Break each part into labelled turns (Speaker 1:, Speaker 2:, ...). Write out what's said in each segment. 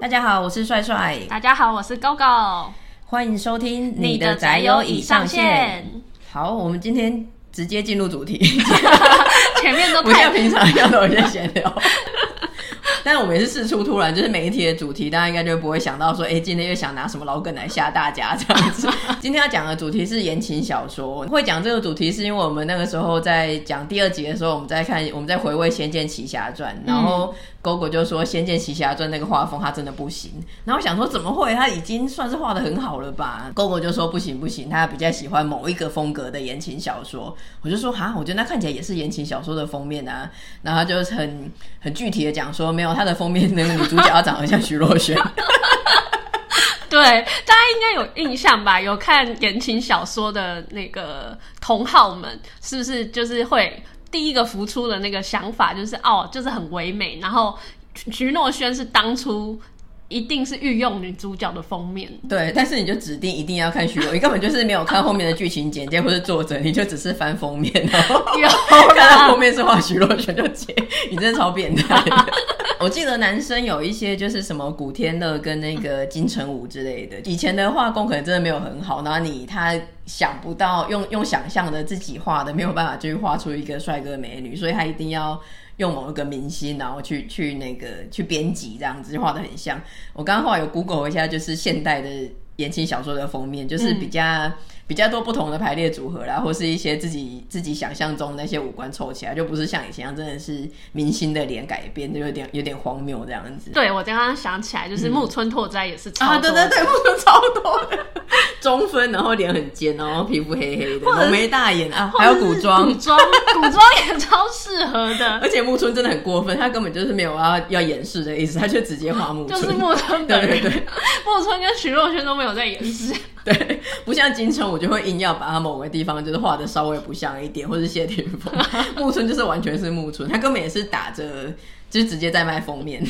Speaker 1: 大家好，我是帅帅，
Speaker 2: 大家好，我是 GoGo，
Speaker 1: 欢迎收听你的宅友已上线。，好，我们今天直接进入主题，
Speaker 2: 前面都
Speaker 1: 不像
Speaker 2: 太
Speaker 1: 平常一样都有些闲聊。 但是我们也是事出突然，就是每一题的主题，大家应该就不会想到说，哎、今天又想拿什么老梗来吓大家这样子。今天要讲的主题是言情小说，会讲这个主题是因为我们那个时候在讲第二集的时候，我们在看，我们在回味《仙剑奇侠传》，然后狗狗就说《仙剑奇侠传》那个画风他真的不行，然后我想说怎么会，他已经算是画的很好了吧？狗狗就说不行不行，他比较喜欢某一个风格的言情小说，我就说哈，我觉得那看起来也是言情小说的封面啊，然后他就很很具体的讲说，没有他的封面那个女主角要长得像徐若瑄，
Speaker 2: 对，大家应该有印象吧？有看言情小说的那个同好们，是不是就是会第一个浮出的那个想法就是哦，就是很唯美，然后徐若瑄是当初一定是御用女主角的封面。
Speaker 1: 对，但是你就指定一定要看徐若，你根本就是没有看后面的剧情简介或是作者，你就只是翻封面，然后
Speaker 2: 有
Speaker 1: 看到后
Speaker 2: 啦，
Speaker 1: 面是画徐若瑄就接，你真的超变态的。我记得男生有一些就是什么古天乐跟那个金城武之类的，以前的画工可能真的没有很好，然后你他想不到用用想象的自己画的没有办法去画出一个帅哥美女，所以他一定要用某一个明星，然后去去那个去编辑这样子画的很像。我刚刚后来有 Google 一下，就是现代的言情小说的封面，就是比较、比较多不同的排列组合啦，或是一些自己自己想象中那些五官凑起来，就不是像以前一样真的是明星的脸改编，就有点有点荒谬这样子。
Speaker 2: 对我刚刚想起来，就是木村拓哉也是超
Speaker 1: 啊，
Speaker 2: 多
Speaker 1: 对 对对，不能超多的，中分，然后脸很尖，然后皮肤黑黑的，
Speaker 2: 或者是
Speaker 1: 浓眉大眼啊，还有古装
Speaker 2: 古。装，古装也超适合的，
Speaker 1: 而且木村真的很过分，他根本就是没有要要掩饰的意思，他就直接画木
Speaker 2: 就
Speaker 1: 村。
Speaker 2: 是木村
Speaker 1: 对
Speaker 2: 本人
Speaker 1: 对，对，
Speaker 2: 木村跟徐若瑄都没有在掩饰。
Speaker 1: 对，不像金城，我就会硬要把他某个地方就是画的稍微不像一点，或是谢霆 锋、木村就是完全是木村，他根本也是打着就是直接在卖封 面，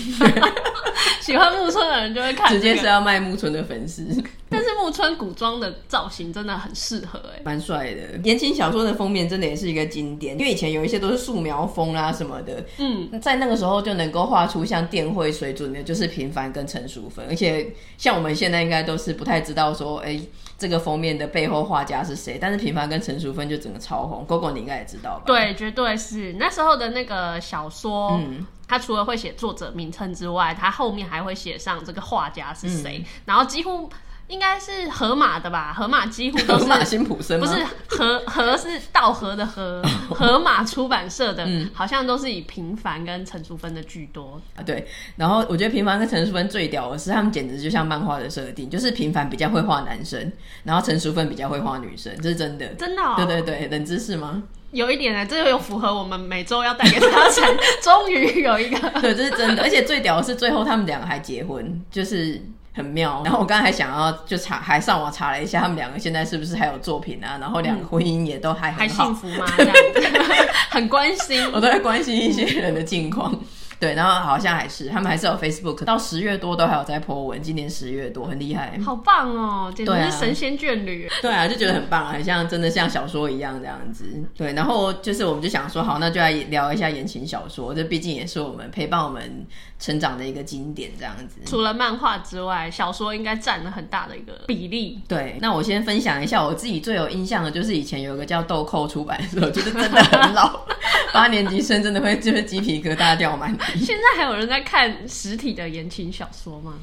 Speaker 2: 喜欢木村的人就会看、这
Speaker 1: 直
Speaker 2: 个，
Speaker 1: 接是要卖木村的粉丝，
Speaker 2: 但是木村古装的造型真的很适合哎、
Speaker 1: 蛮帅的。言情小说的封面真的也是一个经典，因为以前有一些都是素描风啦、什么的，
Speaker 2: 嗯，
Speaker 1: 在那个时候就能够画出像电绘水准的，就是平凡跟陈淑芬，而且像我们现在应该都是不太知道说，哎、这个封面的背后画家是谁，但是平凡跟陈淑芬就整个超红，GoGo 你应该也知道吧？
Speaker 2: 对，绝对是那时候的那个小说。
Speaker 1: 嗯
Speaker 2: 他除了会写作者名称之外，他后面还会写上这个画家是谁，
Speaker 1: 嗯
Speaker 2: 然后几乎应该是河马的吧，河马 几乎都
Speaker 1: 河
Speaker 2: 是
Speaker 1: 马辛普森
Speaker 2: 不
Speaker 1: 吗？哦
Speaker 2: 是河河是道河的河，河马出版社的，
Speaker 1: 嗯
Speaker 2: 好像都是以平凡跟陈淑芬的居多，
Speaker 1: 啊，对。然后我觉得平凡跟陈淑芬最屌的是，他们简直就像漫画的设定，就是平凡比较会画男生，然后陈淑芬比较会画女生，这是真的。
Speaker 2: 真的、哦，
Speaker 1: 对对对，冷知识吗？
Speaker 2: 有一点呢，这个又符合我们每周要带给大家产，终于有一 个
Speaker 1: 对，这是真的。而且最屌的是，最后他们两个还结婚，就是很妙。然后我刚才还想要就查，还上网查了一下，他们两个现在是不是还有作品啊？然后两个婚姻也都还
Speaker 2: 嗯还
Speaker 1: 很好
Speaker 2: 幸，福吗？这样 很关心。
Speaker 1: 我都在关心一些人的近况。对，然后好像还是他们还是有 Facebook，到十月多都还有在 po 文，今年十月多很厉害。
Speaker 2: 好棒哦，简直
Speaker 1: 对啊
Speaker 2: 是神仙眷侣。
Speaker 1: 对啊，就觉得很棒啊，很像真的像小说一样这样子。对，然后就是我们就想说，好，那就来聊一下言情小说，这毕竟也是我们陪伴我们成长的一个经典这样子。
Speaker 2: 除了漫画之外，小说应该占了很大的一个比例。
Speaker 1: 对，那我先分享一下我自己最有印象的，就是以前有一个叫豆蔻出版社，就是真的很老， 八年级生真的会就是鸡皮疙瘩掉满地。
Speaker 2: 现在还有人在看实体的言情小说吗？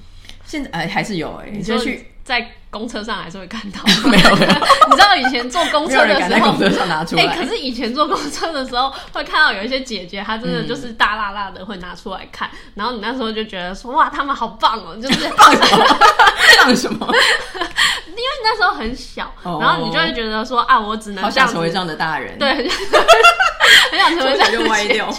Speaker 1: 现在哎还是有哎、你
Speaker 2: 你
Speaker 1: 就
Speaker 2: 说
Speaker 1: 去
Speaker 2: 在公车上还是会看到。
Speaker 1: 没有没有，
Speaker 2: 你知道以前坐公
Speaker 1: 没有
Speaker 2: 车
Speaker 1: 人
Speaker 2: 的
Speaker 1: 敢
Speaker 2: 时
Speaker 1: 在
Speaker 2: 候
Speaker 1: 公，车上拿出来。
Speaker 2: 哎、可是以前坐公车的时候，会看到有一些姐姐，她真
Speaker 1: 嗯
Speaker 2: 的就是大辣辣的会拿出来看，然后你那时候就觉得说，哇，她们好棒哦，就 是因为
Speaker 1: 放什么？放什么？
Speaker 2: 那时候很小，
Speaker 1: 哦
Speaker 2: 然后你就会觉得说，啊，我只能
Speaker 1: 好
Speaker 2: 这
Speaker 1: 想
Speaker 2: 样子
Speaker 1: 成，为这样的大人。
Speaker 2: 对，很想很 想成
Speaker 1: 从
Speaker 2: 为这
Speaker 1: 小
Speaker 2: 样
Speaker 1: 就
Speaker 2: 子
Speaker 1: 歪
Speaker 2: 姐姐
Speaker 1: 掉。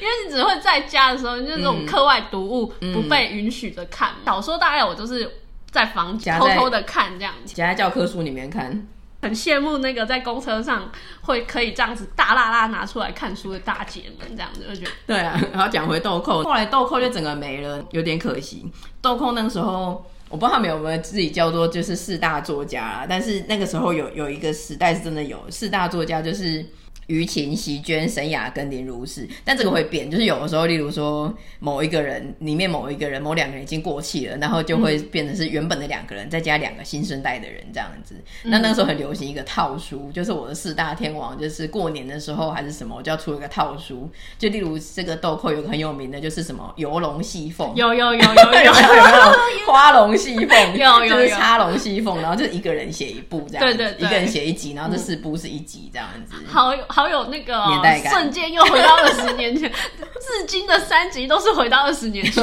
Speaker 2: 因为你只会在家的时候，就是那
Speaker 1: 嗯
Speaker 2: 种课外读物、不被允许的看。小说大概我就是在房间
Speaker 1: 夹
Speaker 2: 偷
Speaker 1: 在
Speaker 2: 偷的看这样子，
Speaker 1: 夹在教科书里面看，
Speaker 2: 很羡慕那个在公车上会可以这样子大辣辣拿出来看书的大姐们，这样子
Speaker 1: 哦
Speaker 2: 就觉得。
Speaker 1: 对啊，然后讲回豆蔻，后来豆蔻就整个没了，有点可惜。豆蔻那个时候我不知道他们有没有自己叫做就是四大作家啦，但是那个时候有有一个时代是真的有四大作家，就是于琴、席娟、沈雅跟林如是。但这个会变，就是有的时候，例如说某一个人里面某一个人、某两个人已经过气了，然后就会变成是原本的两个人，再加两个新生代的人这样子。那那个时候很流行一个套书，就是我的四大天王，就是过年的时候还是什么，我就要出一个套书。就例如这个豆蔻有个很有名的，就是什么游龙戏凤，
Speaker 2: 有有 有有
Speaker 1: 有
Speaker 2: 有，
Speaker 1: 有没 有花龙戏凤？
Speaker 2: 有有
Speaker 1: 就是
Speaker 2: 有
Speaker 1: 插龙戏凤，然后就一个人写一部这样子，
Speaker 2: 对对嗯对
Speaker 1: 一个人写一集，然后这四部是一集这样子。
Speaker 2: 好有好有那个、
Speaker 1: 年
Speaker 2: 哦
Speaker 1: 代，感
Speaker 2: 瞬间又回到二十年前， 至今的三集都是回到二十年 前。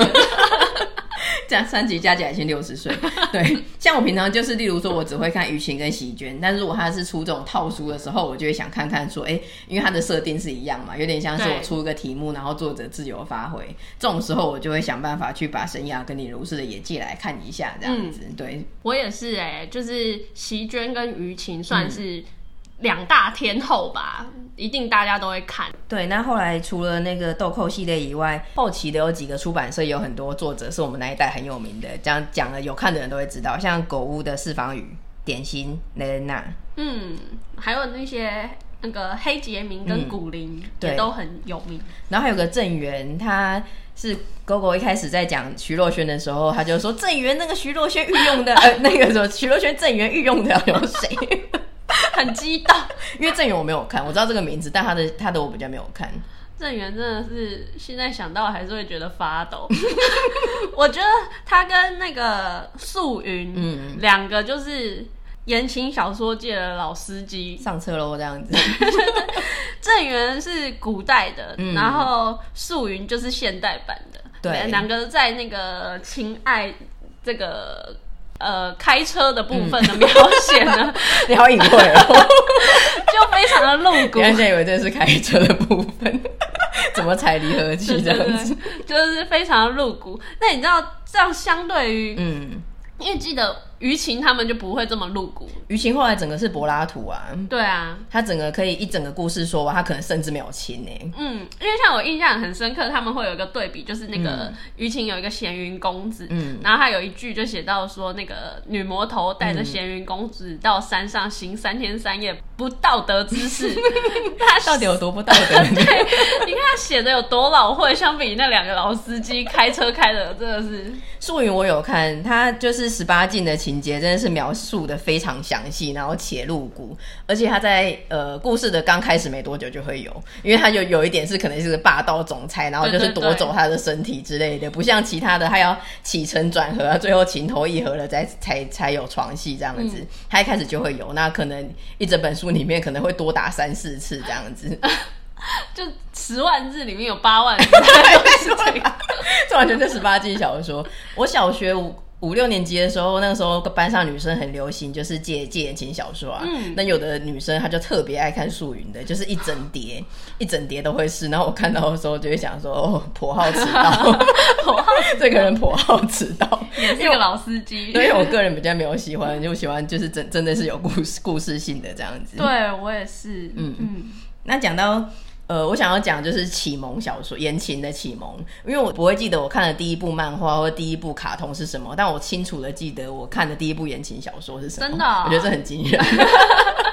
Speaker 1: 这样三集加起来已经六十 岁。对，像我平常就是，例如说我只会看舆情跟席娟，但如果他是出这种套书的时候，我就会想看看说，哎、因为它的设定是一样嘛，有点像是
Speaker 2: 对
Speaker 1: 我出一个题目，然后作者自由发挥。这种时候我就会想办法去把沈雅跟李如是的也借来看一下，这样子。
Speaker 2: 嗯
Speaker 1: 对，
Speaker 2: 我也是哎、就是席娟跟于晴算是两大天后吧，一定大家都会看。
Speaker 1: 对，那后来除了那个豆蔻系列以外，后期的有几个出版社有很多作者是我们那一代很有名的，这样讲了有看的人都会知道，像狗屋的四方宇、点心、雷恩娜，
Speaker 2: 嗯，还有那些那个黑杰明跟古灵、
Speaker 1: 对
Speaker 2: 也都很有名。
Speaker 1: 然后还有个郑源，他是狗狗一开始在讲徐若瑄的时候，他就说郑源那个徐若瑄御用的，呃，那个什么徐若瑄郑源御用的有谁？
Speaker 2: 很激动。
Speaker 1: 因为郑源我没有看，我知道这个名字，但他的他的我比较没有看。
Speaker 2: 郑源真的是现在想到还是会觉得发 抖。我觉得他跟那个素云
Speaker 1: 嗯
Speaker 2: 两、个就是言情小说界的老司机。
Speaker 1: 上车喽，这样子。
Speaker 2: 郑源是古代的，
Speaker 1: 嗯
Speaker 2: 然后素云就是现代版的。
Speaker 1: 对
Speaker 2: 两个在那个情爱这个呃开车的部分的描写呢，
Speaker 1: 你好隐晦哦。
Speaker 2: 就非常的露 骨
Speaker 1: 别。人现在以为这是开车的部分， 怎么踩离合器这样子？
Speaker 2: 对，就是非常的露骨。那你知道，这样相对于，
Speaker 1: 嗯，
Speaker 2: 因为记得于晴他们就不会这么露骨。
Speaker 1: 于情后来整个是柏拉图啊，
Speaker 2: 对啊，
Speaker 1: 他整个可以一整个故事说完，他可能甚至没有亲呢、
Speaker 2: 嗯，因为像我印象很深刻，他们会有一个对比，就是那个于晴有一个闲云公子，
Speaker 1: 嗯
Speaker 2: 然后他有一句就写到说，那个女魔头带着闲云公子到山上行三天三夜，不道德之 事。他
Speaker 1: 到底有多不道德呢？
Speaker 2: 你看他写的有多老会，相比那两个老司机开车开的真的是。
Speaker 1: 素云我有看，他就是十八禁的情节，真的是描述的非常详细，然后且露骨，而且他在呃故事的刚开始没多久就会有，因为他有有一点是可能是个霸道总裁，然后就是
Speaker 2: 对对
Speaker 1: 夺
Speaker 2: 对
Speaker 1: 走他的身体之类的，不像其他的他要起承转合，最后情投意合了才才才有床戏这样子，
Speaker 2: 嗯
Speaker 1: 他一开始就会有，那可能一整本书里面可能会多达三四次这样子，
Speaker 2: 就十万字里面有 八万字都是这个，
Speaker 1: 这完全是十八禁小说。我小学五五六年级的时候，那个时候班上女生很流行，就是借借言情小说啊。那有的女生她就特别爱看素云的，就是一整叠一整叠都会是。然后我看到的时候就会想说，哦，跛号迟到，
Speaker 2: 我好
Speaker 1: 这个人跛号迟到。
Speaker 2: 也是个老司机。
Speaker 1: 因为我个人比较没有喜欢，就喜欢就是真真的是有故事故事性的这样子。
Speaker 2: 对我也是，嗯嗯，
Speaker 1: 那讲到呃，我想要讲就是启蒙小说，言情的启蒙，因为我不会记得我看的第一部漫画或第一部卡通是什么，但我清楚的记得我看的第一部言情小说是什么。
Speaker 2: 真的哦
Speaker 1: 我觉得这很惊人。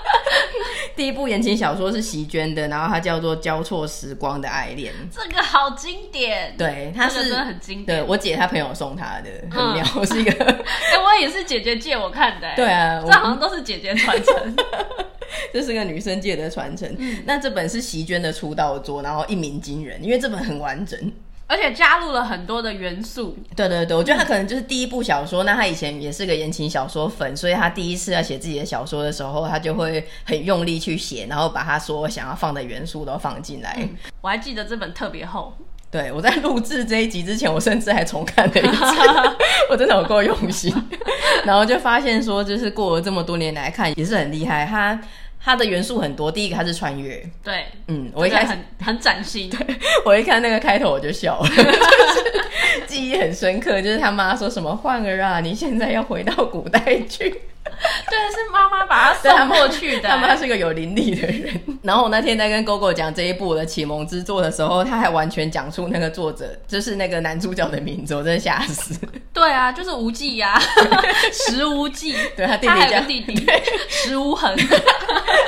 Speaker 1: 第一部言情小说是席娟的，然后它叫做《交错时光的爱恋》。
Speaker 2: 这个好经典，
Speaker 1: 对，它
Speaker 2: 这个
Speaker 1: 是
Speaker 2: 真的很经典
Speaker 1: 对我姐她朋友送她的，很
Speaker 2: 嗯
Speaker 1: 妙，是一个
Speaker 2: 哎、我也是姐姐借我看的、哎
Speaker 1: 对啊
Speaker 2: 这好像都是姐姐传承，
Speaker 1: 这是个女生界的传承。
Speaker 2: 嗯
Speaker 1: 那这本是席娟的出道作，然后一鸣惊人，因为这本很完整。
Speaker 2: 而且加入了很多的元素，
Speaker 1: 对对对，我觉得他可能就是第一部小说，那他以前也是个言情小说粉，所以他第一次要写自己的小说的时候，他就会很用力去写，然后把他所有想要放的元素都放进来。
Speaker 2: 我还记得这本特别厚，
Speaker 1: 对我在录制这一集之前，我甚至还重看了一次，我真的有够用心。然后就发现说，就是过了这么多年来看，也是很厉害。他他的元素很多，第一个他是穿越，
Speaker 2: 对，
Speaker 1: 嗯，我一开始
Speaker 2: 这个很很崭新，
Speaker 1: 我一看那个开头我就笑 了，就是 记忆很深刻，就是他妈说什么焕儿啊，你现在要回到古代去，
Speaker 2: 对，是妈妈把他
Speaker 1: 对他
Speaker 2: 送
Speaker 1: 妈
Speaker 2: 过去的、欸
Speaker 1: 他妈是个有灵力的 人。然后我那天在跟 GoGo 讲这一部我的启蒙之作的时候，他还完全讲出那个作者，就是那个男主角的名字，我真的吓 死。
Speaker 2: 对啊，就是无忌呀、 石无忌，
Speaker 1: 对他弟
Speaker 2: 他
Speaker 1: 弟
Speaker 2: 还有
Speaker 1: 叫
Speaker 2: 个弟 弟石无痕，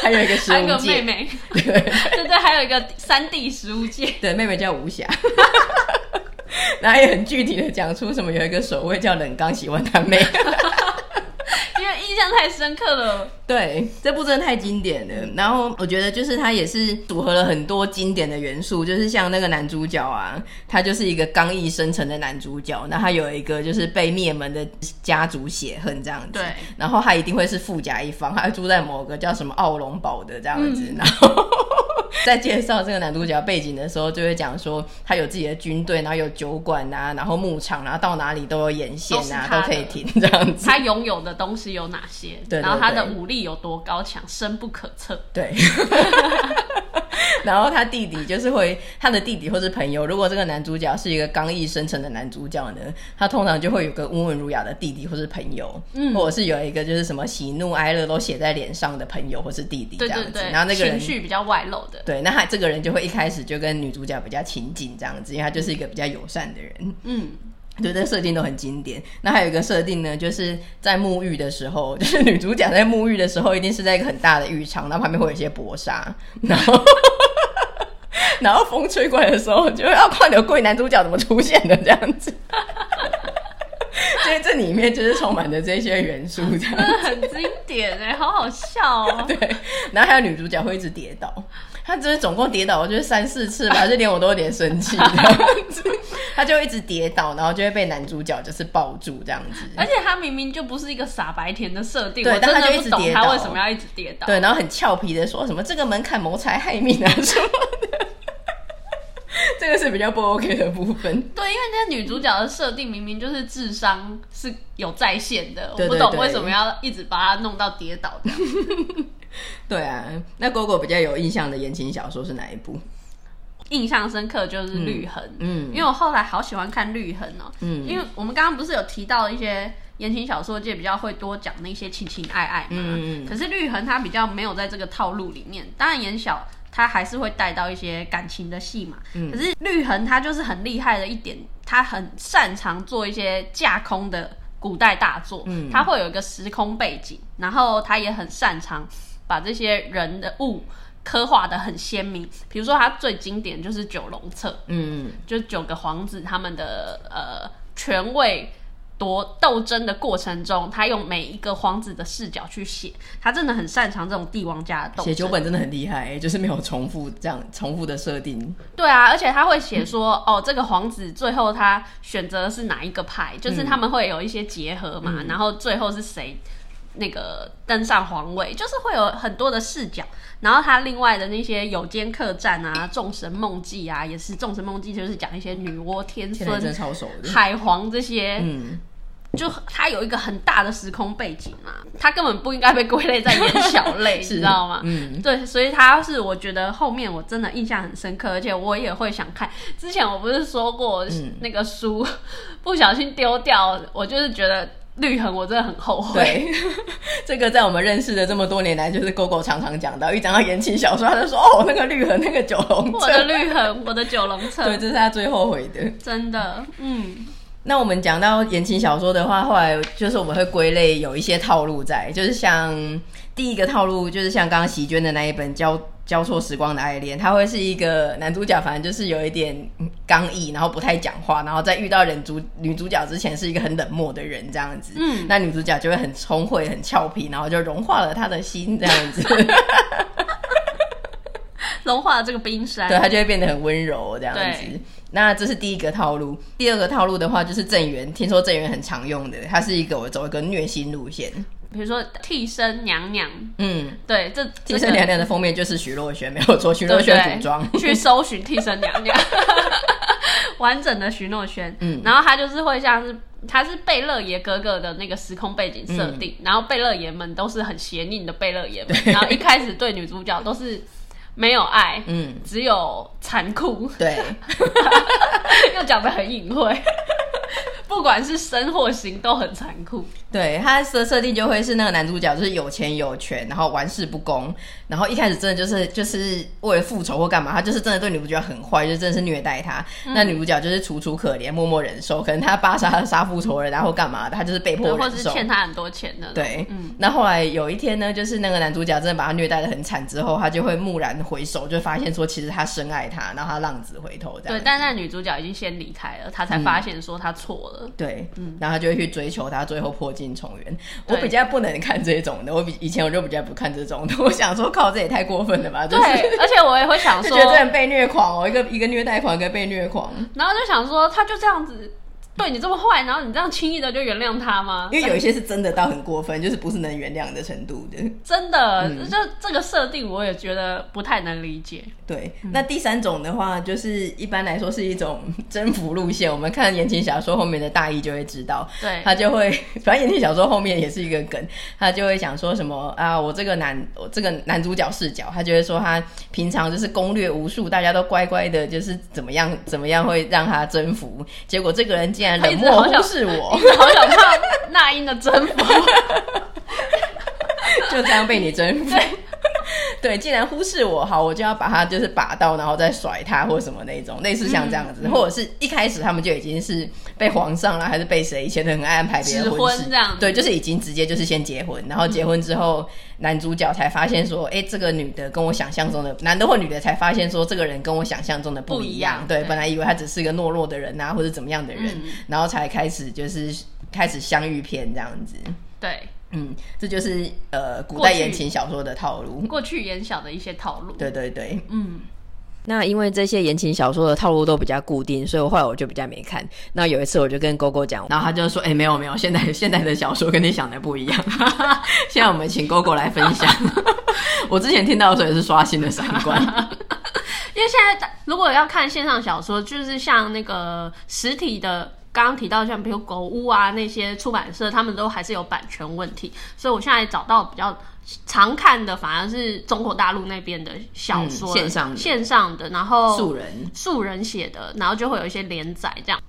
Speaker 1: 还有一个石
Speaker 2: 还有
Speaker 1: 无
Speaker 2: 个妹
Speaker 1: 界，
Speaker 2: 妹，
Speaker 1: 对
Speaker 2: 对对，还有一个三弟石无忌，
Speaker 1: 对，妹妹叫无暇。 然后也很具体的讲出什么有一个守卫叫冷刚喜欢他妹，
Speaker 2: 因为印象太深刻了。
Speaker 1: 对，这部真的太经典了。
Speaker 2: 嗯
Speaker 1: 然后我觉得就是它也是组合了很多经典的元素，就是像那个男主角啊，他就是一个刚毅深沉的男主角，那他有一个就是被灭门的家族血恨这样子，
Speaker 2: 对
Speaker 1: 然后他一定会是富甲一方，他住在某个叫什么奥龙堡的这样子，
Speaker 2: 嗯
Speaker 1: 然后。在介绍这个男主角背景的时候，就会讲说他有自己的军队，然后有酒馆啊，然后牧场，然后到哪里都有眼线啊，都
Speaker 2: 都是他的
Speaker 1: 可以停这样子。
Speaker 2: 他拥有的东西有哪些？
Speaker 1: 对对
Speaker 2: 然后他的
Speaker 1: 对
Speaker 2: 武力有多高强，深不可测。
Speaker 1: 对。 然后他弟弟就是会，他的弟弟或是朋友，如果这个男主角是一个刚毅深沉的男主角呢，他通常就会有个温文儒雅的弟弟或是朋友，
Speaker 2: 嗯
Speaker 1: 或者是有一个就是什么喜怒哀乐都写在脸上的朋友或是弟弟这
Speaker 2: 对
Speaker 1: 样子，
Speaker 2: 对对，
Speaker 1: 然后那个人
Speaker 2: 情绪比较外露的。
Speaker 1: 对，那他这个人就会一开始就跟女主角比较亲近这样子，因为他就是一个比较友善的人，
Speaker 2: 嗯，
Speaker 1: 对，这个设定都很经典。那还有一个设定呢，就是在沐浴的时候，就是女主角在沐浴的时候，一定是在一个很大的浴场，那旁边会有一些薄纱，然后然后风吹过来的时候，就会啊要快点，贵男主角怎么出现的这样子。所以这里面就是充满着这些元素，这样
Speaker 2: 真的很经典 哎、好好笑哦、
Speaker 1: 对。然后还有女主角会一直跌倒，她就是总共跌倒，我觉得三四次吧，就连我都有点生气这样子。她就一直跌倒，然后就会被男主角就是抱住这样子。
Speaker 2: 而且他明明就不是一个傻白甜的设定，
Speaker 1: 对
Speaker 2: 我真
Speaker 1: 但他就
Speaker 2: 的
Speaker 1: 一直
Speaker 2: 不懂
Speaker 1: 跌
Speaker 2: 他
Speaker 1: 倒哦
Speaker 2: 为什么要一直跌倒。
Speaker 1: 对，然后很俏皮的说什么这个门槛谋财害命啊什么的， 这个是比较不 OK 的部分。
Speaker 2: 对，因为那女主角的设定明明就是智商是有在线的，
Speaker 1: 对对
Speaker 2: 我不
Speaker 1: 对
Speaker 2: 懂为什么要一直把她弄到跌倒这样。
Speaker 1: 对啊，那狗狗比较有印象的言情小说是哪一部？
Speaker 2: 印象深刻就是绿痕，
Speaker 1: 嗯
Speaker 2: 因为我后来好喜欢看绿痕哦、
Speaker 1: 嗯
Speaker 2: 因为我们刚刚不是有提到一些言情小说界比较会多讲那些情情爱爱嘛，
Speaker 1: 嗯嗯嗯
Speaker 2: 可是绿痕它比较没有在这个套路里面，当然言小。它还是会带到一些感情的戏嘛，
Speaker 1: 嗯
Speaker 2: 可是绿痕它就是很厉害的一点，它很擅长做一些架空的古代大作，
Speaker 1: 嗯
Speaker 2: 它会有一个时空背景，然后它也很擅长把这些人的物刻画的很鲜明。比如说，它最经典就是《九龙册》，
Speaker 1: 嗯，
Speaker 2: 就是九个皇子他们的呃权位夺斗争的过程中，他用每一个皇子的视角去写，他真的很擅长这种帝王家的斗
Speaker 1: 写九
Speaker 2: 争。
Speaker 1: 本真的很厉害、欸就是没有重复这样重复的设定。
Speaker 2: 对啊，而且他会写说，哦，这个皇子最后他选择的是哪一个派，
Speaker 1: 嗯
Speaker 2: 就是他们会有一些结合嘛，然后最后是谁那个登上皇位，就是会有很多的视角。然后他另外的那些有间客 栈啊，众神梦记啊，也是众神梦记，就是讲一些女娲、天
Speaker 1: 现在真的
Speaker 2: 孙、
Speaker 1: 超熟的。
Speaker 2: 海皇这些，
Speaker 1: 嗯，
Speaker 2: 就它有一个很大的时空背景嘛，它根本不应该被归类在眼小类，你
Speaker 1: 是
Speaker 2: 知道吗？
Speaker 1: 嗯，
Speaker 2: 对，所以它是我觉得后面我真的印象很深刻，而且我也会想看。之前我不是说过
Speaker 1: 嗯
Speaker 2: 那个书、 不小心丢掉，我就是觉得绿痕我真的很后悔。
Speaker 1: 对， 这个在我们认识的这么多年来，就是狗狗常常讲到，一讲到言情小说，他就说哦，那个绿和那个九龙
Speaker 2: 我的
Speaker 1: 镇，
Speaker 2: 绿痕，我的九龙
Speaker 1: 对，
Speaker 2: 城，
Speaker 1: 这是他最后悔的。
Speaker 2: 真的，嗯，
Speaker 1: 那我们讲到言情小说的话，后来就是我们会归类有一些套路在，就是像第一个套路，就是像刚刚席娟的那一本《交交错时光的爱恋》，它会是一个男主角，反正就是有一点嗯刚毅，然后不太讲话，然后在遇到人主女主角之前是一个很冷漠的人这样子。
Speaker 2: 嗯
Speaker 1: 那女主角就会很聪慧、很俏皮，然后就融化了他的心这样子，
Speaker 2: 融化了这个冰山
Speaker 1: 对，，他就会变得很温柔这样子
Speaker 2: 对。
Speaker 1: 那这是第一个套路，第二个套路的话就是郑源，听说郑源很常用的，他是一个我走一个虐心路线。
Speaker 2: 比如说替身娘娘，
Speaker 1: 嗯，
Speaker 2: 对，这
Speaker 1: 替
Speaker 2: 这
Speaker 1: 身
Speaker 2: 个
Speaker 1: 娘娘的封面就是徐若瑄，没有错，徐若
Speaker 2: 对不
Speaker 1: 瑄
Speaker 2: 对
Speaker 1: 古装。
Speaker 2: 去搜寻替身娘 娘，完整的徐若瑄。
Speaker 1: 嗯
Speaker 2: 然后她就是会像是。她是贝勒爷哥哥的那个时空背景设
Speaker 1: 嗯
Speaker 2: 定，然后贝勒爷们都是很邪佞的贝勒爷们，然后一开始对女主角都是没有爱，
Speaker 1: 嗯，
Speaker 2: 只有残酷，
Speaker 1: 对，
Speaker 2: 又讲的很隐晦，不管是身或形都很残酷。
Speaker 1: 对，他的设定就会是那个男主角就是有钱有权，然后玩世不恭，然后一开始真的就是就是为了复仇或干嘛，他就是真的对女主角很坏，就真的是虐待她。
Speaker 2: 嗯
Speaker 1: 那女主角就是楚楚可怜，默默忍受，可能他爸杀杀父仇人，然后啊干嘛的，他就是被迫
Speaker 2: 对
Speaker 1: 忍受。
Speaker 2: 或是欠他很多钱的，，
Speaker 1: 对，
Speaker 2: 嗯
Speaker 1: 那后来有一天呢，就是那个男主角真的把他虐待的很惨之后，他就会蓦然回首，就发现说其实他深爱他，然后他浪子回头这样
Speaker 2: 对，。但那女主角已经先离开了，她
Speaker 1: 嗯
Speaker 2: 才发现说她错了。
Speaker 1: 对，然后他就会去追求他，最后破镜重圆。我
Speaker 2: 嗯对
Speaker 1: 比较不能看这种的，我比以前我就比较不看这种的。我想说，靠，这也太过分了吧？就是
Speaker 2: 对，而且我也会想
Speaker 1: 就
Speaker 2: 说
Speaker 1: 觉，得这人被虐狂哦，一个一个虐待狂，一个被虐狂。
Speaker 2: 然后就想说，他就这样子对你这么坏，然后你这样轻易的就原谅他吗？哎
Speaker 1: 因为有一些是真的到很过分，就是不是能原谅的程度的。
Speaker 2: 真的，
Speaker 1: 嗯
Speaker 2: 就这个设定我也觉得不太能理解。
Speaker 1: 对，
Speaker 2: 嗯
Speaker 1: 那第三种的话，就是一般来说是一种 征服路线。我们看言情小说后面的大意就会知道，
Speaker 2: 对，
Speaker 1: 他就会，反正言情小说后面也是一个梗，他就会讲说什么啊，我这个男，我这个男主角视角，他就会说他平常就是攻略无数，大家都乖乖的，就是怎么样怎么样会让他征服，结果这个人竟然冷漠
Speaker 2: 他一直
Speaker 1: 忽
Speaker 2: 好想
Speaker 1: 视我，
Speaker 2: 好想看那英的征 服。
Speaker 1: 就这样被你征服。 对，竟然忽视我，好，我就要把他就是把到，然后再甩他或什么那种，类似像这样子，
Speaker 2: 嗯
Speaker 1: 或者是一开始他们就已经是被皇上啦，还是被谁以前的很爱安排别人
Speaker 2: 指
Speaker 1: 婚事
Speaker 2: 婚这样子
Speaker 1: 对，就是已经直接就是先结婚，然后结婚之后，男主角才发现说，哎、这个女的跟我想象中的男的或女的才发现说，这个人跟我想象中的不
Speaker 2: 不
Speaker 1: 一
Speaker 2: 一
Speaker 1: 样，
Speaker 2: 样
Speaker 1: 对，
Speaker 2: 对
Speaker 1: 本来以为他只是一个懦弱的人啊，或者怎么样的人，
Speaker 2: 嗯
Speaker 1: 然后才开始就是开始相遇篇这样子。
Speaker 2: 对，
Speaker 1: 嗯，这就是呃古
Speaker 2: 过
Speaker 1: 代
Speaker 2: 去
Speaker 1: 言情小说的套路。
Speaker 2: 过去演小的一些套路。
Speaker 1: 对对对，
Speaker 2: 嗯，
Speaker 1: 那因为这些言情小说的套路都比较固定，所以我后来我就比较没看。那有一次我就跟勾勾讲，然后他就说：“哎、没有没有，现在现在的小说跟你想的不一样。 现在我们请勾勾来分享。 我之前听到的时候也是刷新的三观。
Speaker 2: 因为现在大如果要看线上小说，就是像那个实体的。刚刚提到像比如狗屋啊那些出版社，他们都还是有版权问题，所以我现在找到比较常看的反而是中国大陆那边的小说了、
Speaker 1: 嗯线上的
Speaker 2: 线上的，然后
Speaker 1: 素人
Speaker 2: 素人写的，然后就会有一些连载这样。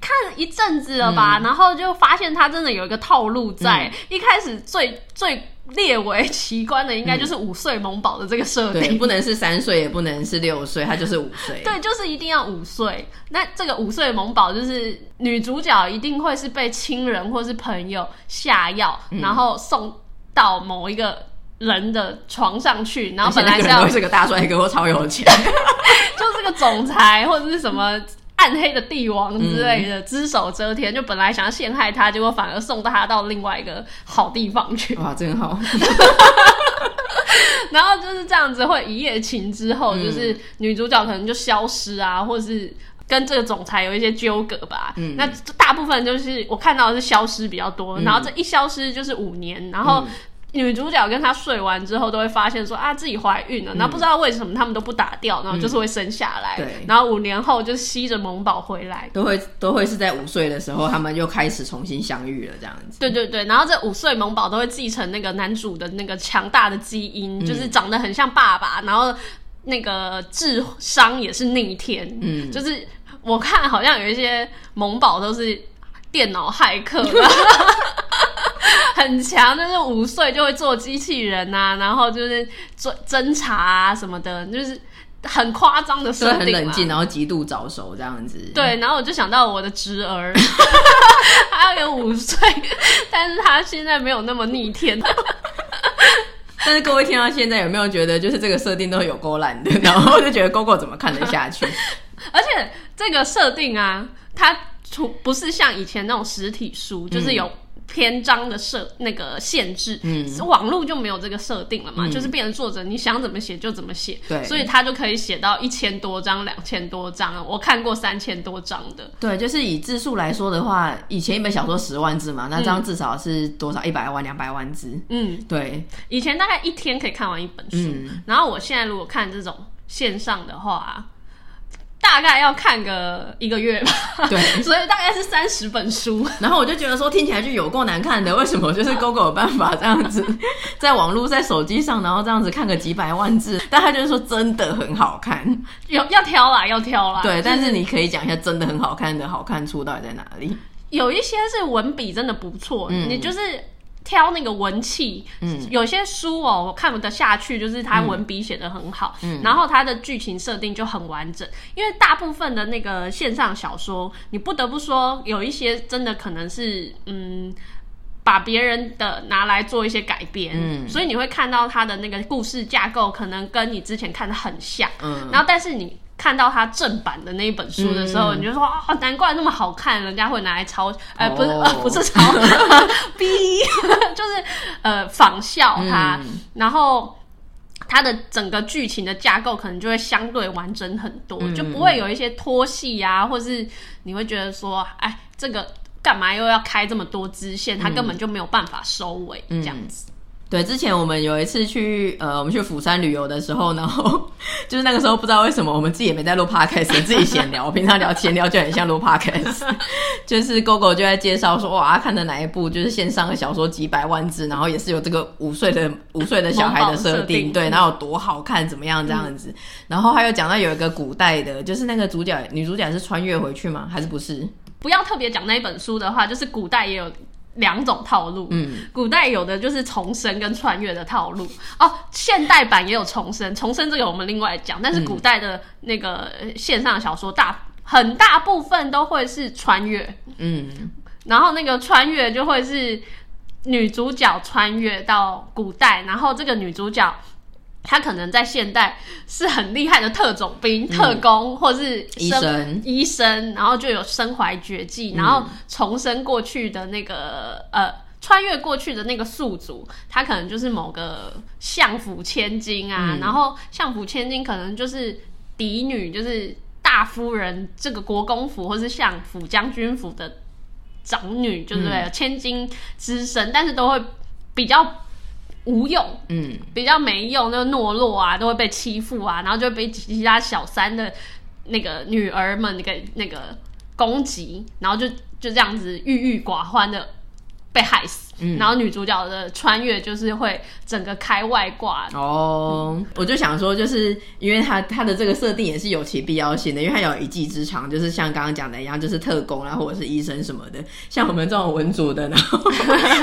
Speaker 2: 看一阵子了吧，然后就发现它真的有一个套路在。一开始最最列为奇观的，应该就是五岁萌宝的这个设
Speaker 1: 对，
Speaker 2: 定。
Speaker 1: 不能是三岁，也不能是六岁，他就是五岁。
Speaker 2: 对，就是一定要五岁。那这个五岁萌宝就是女主角一定会是被亲人或是朋友下药，
Speaker 1: 嗯
Speaker 2: 然后送到某一个人的床上 去，然后本来
Speaker 1: 而且
Speaker 2: 是
Speaker 1: 那个人
Speaker 2: 要
Speaker 1: 都是个大帅哥，或超有钱。
Speaker 2: 就是个总裁或者是什么暗黑的帝王之类的，只手遮天，就本来想要陷害他，结果反而送他到另外一个好地方去，
Speaker 1: 哇，真好。
Speaker 2: 然后就是这样子会一夜情之后，
Speaker 1: 嗯
Speaker 2: 就是女主角可能就消失啊，或是。跟这个总裁有一些纠葛吧，
Speaker 1: 嗯
Speaker 2: 那大部分就是我看到的是消失比较多，然后这一消失就是五年，然
Speaker 1: 嗯
Speaker 2: 后女主角跟他睡完之后都会发现说啊自己怀
Speaker 1: 嗯
Speaker 2: 孕了，然后不知道为什么他们都不打掉，然后就是会生下来，
Speaker 1: 对
Speaker 2: 然后五年后就吸着萌宝回来，
Speaker 1: 都会都会是在五岁的时候，他们又开始重新相遇了，这样子。
Speaker 2: 对对对，然后这五岁萌宝都会继承那个男主的那个强大的基因，
Speaker 1: 嗯
Speaker 2: 就是长得很像爸爸，然后那个智商也是逆天，
Speaker 1: 嗯
Speaker 2: 就是我看好像有一些萌宝都是电脑骇客吧。 很强，就是五岁就会做机器人啊，然后就是做侦查啊什么的，就是很夸张的
Speaker 1: 所
Speaker 2: 设
Speaker 1: 以
Speaker 2: 定
Speaker 1: 很
Speaker 2: 嘛
Speaker 1: 冷静，然后极度早熟这样子。，
Speaker 2: 对，然后我就想到我的侄 儿，他有五岁，但是他现在没有那么逆天。
Speaker 1: 但是各位听到现在有没有觉得，就是这个设定都有够烂的，然后就觉得 GoGo 怎么看得下 去？
Speaker 2: 而且这个设定啊，它除不是像以前那种实体书，就是有篇章的设那个限制，
Speaker 1: 嗯，
Speaker 2: 网络就没有这个设定了嘛，就是变成作者你想怎么写就怎么写，
Speaker 1: 对
Speaker 2: 所以他就可以写到一千多章、两千多章，我看过三千多章的，
Speaker 1: 对，就是以字数来说的话，以前一本小说十万字嘛，那这样至少是多少一百万、两百万字？
Speaker 2: 嗯，
Speaker 1: 对，
Speaker 2: 以前大概一天可以看完一本书，
Speaker 1: 嗯
Speaker 2: 然后我现在如果看这种线上的话，大概要看个一个月吧。
Speaker 1: 对
Speaker 2: 所以大概是三十本书。
Speaker 1: 然后我就觉得说，听起来就有够难看的，为什么就是 GoGo 有办法这样 子，在网络、在手机上，然后这样子看个几百万字？但他就是说真的很好 看，
Speaker 2: 有要挑啦，要挑啦。
Speaker 1: 对，但是你可以讲一下真的很好看的好看处到底在哪里？
Speaker 2: 有一些是文笔真的不错，
Speaker 1: 嗯
Speaker 2: 你就是。挑那个文气，
Speaker 1: 嗯
Speaker 2: 有些书哦，我看不得下去，就是它文笔写的很好，
Speaker 1: 嗯
Speaker 2: 然后它的剧情设定就很完整。因为大部分的那个线上小说，你不得不说有一些真的可能是，嗯，把别人的拿来做一些改编，
Speaker 1: 嗯
Speaker 2: 所以你会看到它的那个故事架构可能跟你之前看的很像，
Speaker 1: 嗯
Speaker 2: 然后但是你看到它正版的那一本书的时
Speaker 1: 嗯
Speaker 2: 候，你就说哦，难怪那么好看，人家会拿来抄，呃，不是、
Speaker 1: 哦
Speaker 2: 呃、不 是抄，逼， 就是呃仿效它，
Speaker 1: 嗯
Speaker 2: 然后。它的整个剧情的架构可能就会相对完整很多，
Speaker 1: 嗯
Speaker 2: 就不会有一些拖戏啊，或是你会觉得说，哎，这个干嘛又要开这么多支线？
Speaker 1: 嗯
Speaker 2: 它根本就没有办法收尾，这样子。
Speaker 1: 对，之前我们有一次去呃，我们去釜山旅游的时候，然后 就是那个时候不知道为什么我们自己也没在录 podcast，自己闲聊，平常聊闲聊就很像录 podcast。就是狗狗就在介绍说，哇，看的哪一部就是线上的小说几百万字，然后也是有这个五岁的五岁的小孩的设
Speaker 2: 萌宝设定
Speaker 1: 对，
Speaker 2: 嗯
Speaker 1: 然后有多好看，怎么样这样子。然后还有讲到有一个古代的，就是那个主角女主角是穿越回去吗？还是不是？
Speaker 2: 不要特别讲那一本书的话，就是古代也有两种套路。
Speaker 1: 嗯，
Speaker 2: 古代有的就是重生跟穿越的套路哦，现代版也有重生，重生这个我们另外讲，但是古代的那个呃线上小说大很大部分都会是穿越，
Speaker 1: 嗯，
Speaker 2: 然后那个穿越就会是女主角穿越到古代，然后这个女主角。她可能在现代是很厉害的特种兵、特工，或是
Speaker 1: 医
Speaker 2: 生
Speaker 1: 生，
Speaker 2: 医生，然后就有身怀绝技，然后重生过去的那个、呃，穿越过去的那个宿主，他可能就是某个相府千金啊，
Speaker 1: 嗯
Speaker 2: 然后相府千金可能就是嫡女，就是大夫人这个国公府或是相府将军府的长女，就是对了、千金之身，但是都会比较无用，
Speaker 1: 嗯
Speaker 2: 比较没用，那个懦弱啊，都会被欺负啊，然后就会被其他小三的那个女儿们那个那个攻击，然后就就这样子郁郁寡欢的被害死。
Speaker 1: 嗯
Speaker 2: 然后女主角的穿越就是会整个开外挂，
Speaker 1: 哦、我就想说，就是因为他他的这个设定也是有其必要性的，因为他有一技之长，就是像刚刚讲的一样，就是特工啊，或者是医生什么的。像我们这种文组的，然 后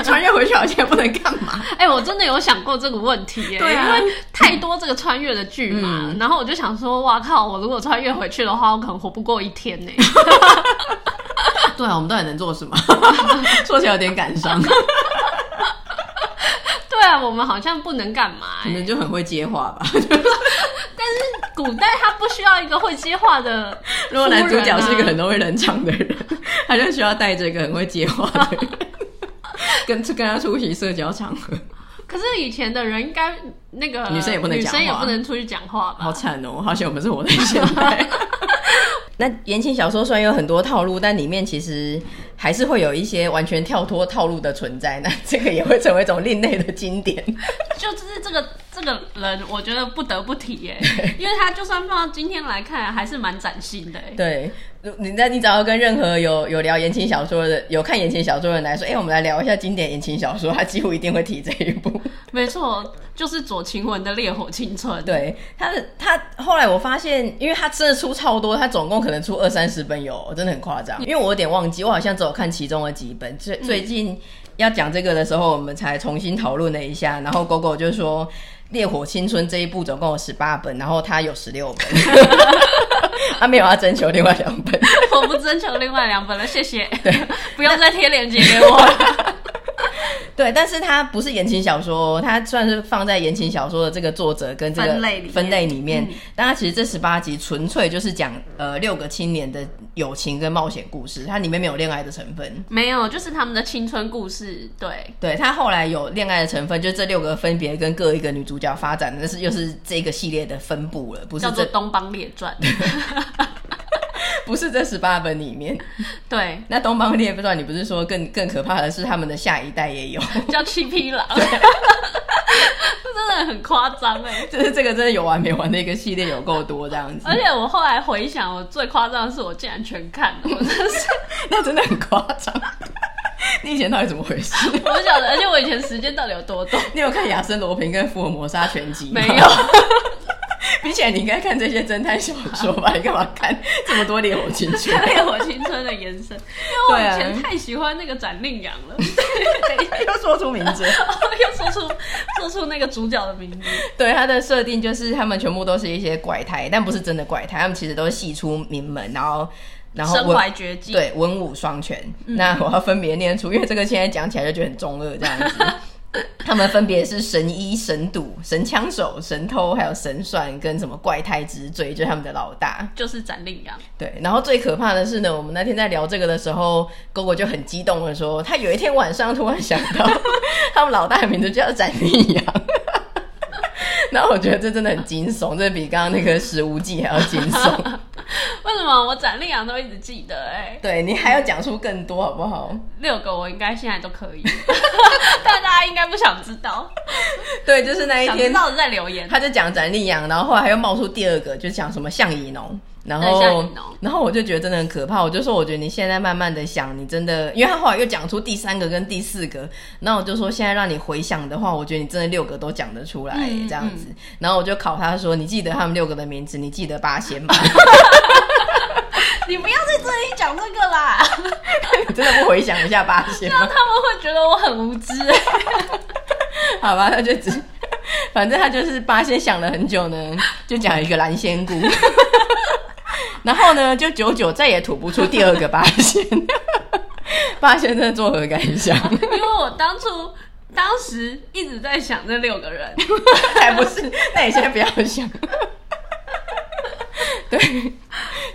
Speaker 1: 穿越回去好像也不能干嘛。
Speaker 2: 哎、我真的有想过这个问题耶、
Speaker 1: 对啊嗯
Speaker 2: 因为太多这个穿越的剧嘛，然后我就想说，哇靠，我如果穿越回去的话，我可能活不过一天 呢、
Speaker 1: 对啊，我们到底能做什 么？说起来有点感伤，
Speaker 2: 对啊，我们好像不能干嘛、
Speaker 1: 可能就很会接话 吧。
Speaker 2: 古代他不需要一个会接话的
Speaker 1: 如果男主角是一个
Speaker 2: 夫人啊
Speaker 1: 很会冷场的人，他就需要带着一个很会接话的人，跟跟他出席社交场合，
Speaker 2: 可是以前的人应该那个
Speaker 1: 女生也不能
Speaker 2: 女
Speaker 1: 讲话
Speaker 2: 生也不能出去讲话吧？
Speaker 1: 好惨哦！好险我们是活在现代。 那言情小说虽然有很多套路，但里面其实还是会有一些完全跳脱套路的存在。那这个也会成为一种另类的经典。
Speaker 2: 就是这个这个人，我觉得不得不提 耶，因为他就算放到今天来看，还是蛮崭新的耶。欸
Speaker 1: 对，如你在你只要跟任何有有聊言情小说的、有看言情小说的人来说，哎、我们来聊一下经典言情小说，他几乎一定会提这一部。
Speaker 2: 没错，就是左晴雯的《烈火青春》。
Speaker 1: 对，他的他后来我发现，因为他真的出超多，他总共可能出二三十本有，真的很夸张。因为我有点忘记，我好像只有看其中的几本。最最近要讲这个的时候，我们才重新讨论了一下，然后狗狗就说。烈火青春这一部总共有十八本，然后他有十六本， 他没有要征求另外两本。
Speaker 2: 我不征求另外两本了，谢谢。不用再贴链接给我。
Speaker 1: 对，但是它不是言情小说哦，它算是放在言情小说的这个作者跟这个
Speaker 2: 分类里面嗯
Speaker 1: 分类里面。但它其实这十八集纯粹就是讲呃六个青年的友情跟冒险故事，它里面没有恋爱的成分。
Speaker 2: 没有，就是他们的青春故事。对，
Speaker 1: 对，它后来有恋爱的成分，就这六个分别跟各一个女主角发展的，但是又是这个系列的分布了，不是
Speaker 2: 叫做
Speaker 1: 这
Speaker 2: 《东邦列传》。
Speaker 1: 不是这十八本里面。
Speaker 2: 对，
Speaker 1: 那东方列不知道你不是说更更可怕的是他们的下一代也有，
Speaker 2: 叫七匹狼。 真的很夸张哎。
Speaker 1: 就是这个真的有完没完的一个系列，有够多这样子
Speaker 2: 而，且我后来回想，我最夸张的是我竟然全看了，我真的 是，
Speaker 1: 那真的很夸张。 你以前到底怎么回事？
Speaker 2: 我不晓得，而且我以前时间到底有多短？
Speaker 1: 你有看亚森罗平跟福尔摩沙全集吗
Speaker 2: 没有，
Speaker 1: 毕 比起来，你应该看这些侦探小说吧？你干嘛看这么多《烈火青春》？
Speaker 2: 烈火青春的延伸，因为我
Speaker 1: 对
Speaker 2: 以
Speaker 1: 啊
Speaker 2: 前太喜欢那个展令阳了，
Speaker 1: 又说出名字。
Speaker 2: 又说出说出那个主角的名字，
Speaker 1: 对，它的设定就是他们全部都是一些怪胎，但不是真的怪胎，他们其实都是系出名门，然后然后
Speaker 2: 身
Speaker 1: 文
Speaker 2: 怀绝技，
Speaker 1: 对文武双全。
Speaker 2: 嗯
Speaker 1: 那我要分别念出，因为这个现在讲起来就觉得很中二这样子。 他们分别是神医、神赌、神枪手、神偷，还有神算跟什么怪胎之最，就是他们的老大。
Speaker 2: 就是展令阳。
Speaker 1: 对，然后最可怕的是呢，我们那天在聊这个的时候，狗狗就很激动的说，他有一天晚上突然想到 他们老大的名字叫展立阳。 然后我觉得这真的很惊悚，这比刚刚那个《食无忌》还要惊 悚。
Speaker 2: 为什么我展令阳都一直记得、哎，
Speaker 1: 对你还要讲出更多好不好？
Speaker 2: 六个我应该现在都 可以，但大家应该不想知道，
Speaker 1: 对，就是那一
Speaker 2: 想知
Speaker 1: 天，
Speaker 2: 道的再留言。
Speaker 1: 他就讲展立阳，然后后来又冒出第二个，就讲什么项乙农。然
Speaker 2: 对项
Speaker 1: 后
Speaker 2: 羽农，
Speaker 1: 然后我就觉得真的很可怕。我就说，我觉得你现在慢慢的想，你真的，因为他后来又讲出第三个跟第四个，那我就说，现在让你回想的话，我觉得你真的六个都讲得出来、
Speaker 2: 嗯
Speaker 1: 这样子。然后我就考他说，你记得他们六个的名字，你记得八仙吗？
Speaker 2: 你不要在这里讲这个啦，
Speaker 1: 你真的不回想一下八仙
Speaker 2: 让
Speaker 1: 吗？
Speaker 2: 他们会觉得我很无知、 哎
Speaker 1: 好吧，他就只，反正他就是八仙想了很久呢，就讲一个蓝仙姑， 然后呢，就久久再也吐不出第二个八仙。 八仙真的作何感想？
Speaker 2: 因为我当初当时一直在想这六个人，
Speaker 1: 才不是，那你先不要想。对，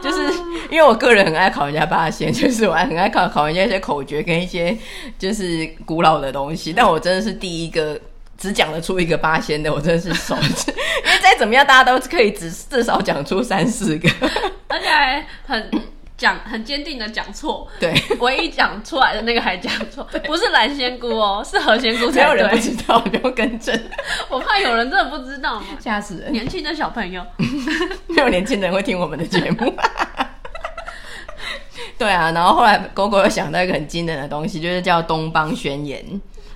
Speaker 1: 就是因为我个人很爱考人家八仙，就是我很爱考考人家一些口诀跟一些就是古老的东西，但我真的是第一个。只讲得出一个八仙的，我真的是 手，因为再怎么样，大家都可以只至少讲出三四个。
Speaker 2: 而且还很讲很坚定的讲错，
Speaker 1: 对，
Speaker 2: 唯一讲出来的那个还讲错， 不是蓝仙姑哦，是何仙姑
Speaker 1: 没有
Speaker 2: 才
Speaker 1: 人不
Speaker 2: 对。
Speaker 1: 知道，不用更正，
Speaker 2: 我怕有人真的不知 道嘛，
Speaker 1: 吓死人！
Speaker 2: 年轻的小朋友，
Speaker 1: 没有年轻人会听我们的节目。 对啊，然后后来狗狗又想到一个很惊人的东西，就是叫东邦宣言。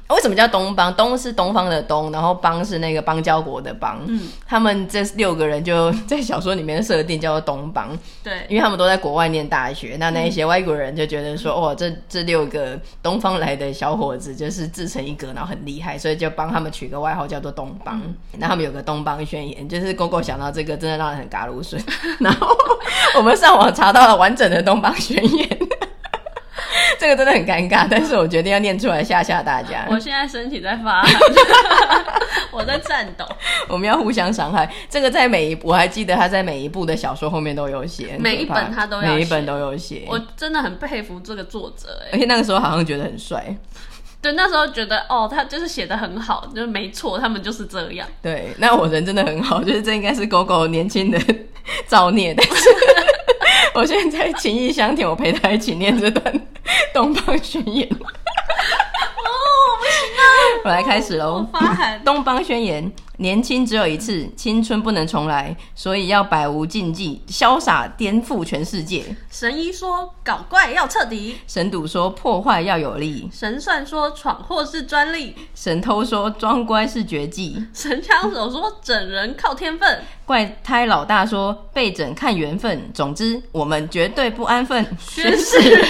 Speaker 1: 啊为什么叫东邦？东是东方的东，然后邦是那个邦交国的邦。嗯，他们这六个人就 在小说里面设定叫做东邦，
Speaker 2: 对，
Speaker 1: 因为他们都在国外念大学。
Speaker 2: 嗯
Speaker 1: 那那一些外国人就觉得说，哇，这这六个东方来的小伙子就是自成一格，然后很厉害，所以就帮他们取个外号叫做东邦。
Speaker 2: 嗯
Speaker 1: 那他们有个东邦宣言，就是狗狗想到这个，真的让人很嘎鲁顺。 然后我们上网查到了完整的东邦宣言。 这个真的很尴尬，但是我决定要念出来吓吓大家。
Speaker 2: 我现在身体在发汗，我在颤抖，
Speaker 1: 我们要互相伤害。这个在每一，我还记得他在每一部的小说后面都有写，很
Speaker 2: 每一
Speaker 1: 可怕
Speaker 2: 本他都要
Speaker 1: 每一
Speaker 2: 写
Speaker 1: 本都有写。
Speaker 2: 我真的很佩服这个作者哎、
Speaker 1: 而且那个时候好像觉得很帅，
Speaker 2: 对，那时候觉得哦，他就是写的很好，就是没错，他们就是这样。
Speaker 1: 对，那我人真的很好，就是这应该是狗狗年轻的 造孽，但是 我现在情意相挺，我陪他一起念这段东方宣言。哦，不行啊！我来开始喽。
Speaker 2: 发寒，
Speaker 1: 东方宣言：年轻只有一次，青春不能重来，所以要百无禁忌，潇洒颠覆全世界。
Speaker 2: 神医说搞怪要彻底，
Speaker 1: 神赌说破坏要有力，
Speaker 2: 神算说闯祸是专利，
Speaker 1: 神偷说装乖是绝技，
Speaker 2: 神枪手说整人靠天分，
Speaker 1: 怪胎老大说被整看缘分。总之，我们绝对不安分，宣誓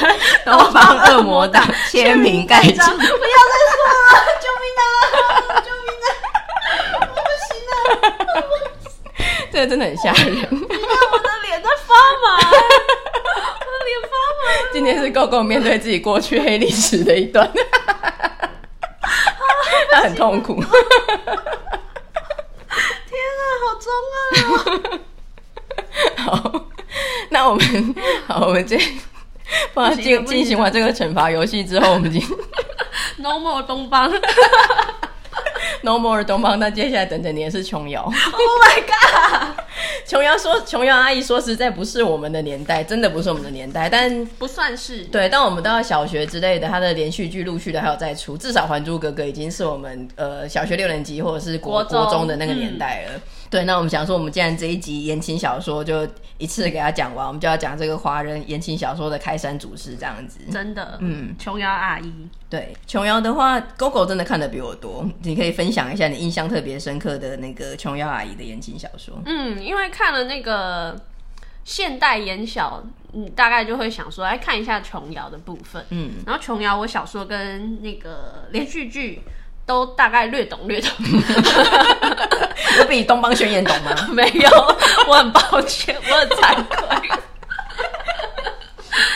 Speaker 1: 都帮恶魔党签 名盖
Speaker 2: 不要再
Speaker 1: 章
Speaker 2: 说。了，救命啊！救命啊！
Speaker 1: 这个真的很吓人。
Speaker 2: 我的脸在发麻，我的脸发麻。
Speaker 1: 今天是狗狗面对自己过去黑历史的一段， 他很痛苦。
Speaker 2: 天啊，好中啊！
Speaker 1: 好，那我们好，我们这。哇，
Speaker 2: 不行了
Speaker 1: 进
Speaker 2: 不行
Speaker 1: 进行完这个惩罚游戏之后，我们已经
Speaker 2: No more 东方，Oh
Speaker 1: no more 东方。那接下来等着你的是琼瑶。
Speaker 2: Oh my god！
Speaker 1: 琼瑶说，琼瑶阿姨说实在不是我们的年代，真的不是我们的年代。但
Speaker 2: 不算是，
Speaker 1: 对，但我们到小学之类的，它的连续剧陆续的还有在出，至少《还珠格格》已经是我们呃小学六年级或者是国
Speaker 2: 国中
Speaker 1: 的那个年代了。对，那我们想说，我们既然这一集言情小说就一次给他讲完，我们就要讲这个华人言情小说的开山祖师这样子。
Speaker 2: 真的，
Speaker 1: 嗯，
Speaker 2: 琼瑶阿姨，
Speaker 1: 对，琼瑶的话狗狗真的看的比我多，你可以分享一下你印象特别深刻的那个琼瑶阿姨的言情小说。
Speaker 2: 嗯，因为看了那个现代言小，嗯，大概就会想说，哎，看一下琼瑶的部分。
Speaker 1: 嗯，
Speaker 2: 然后琼瑶，我小说跟那个连续剧都大概略懂略懂，
Speaker 1: 我比东方宣言懂吗？
Speaker 2: 没有，我很抱歉，我很惭愧。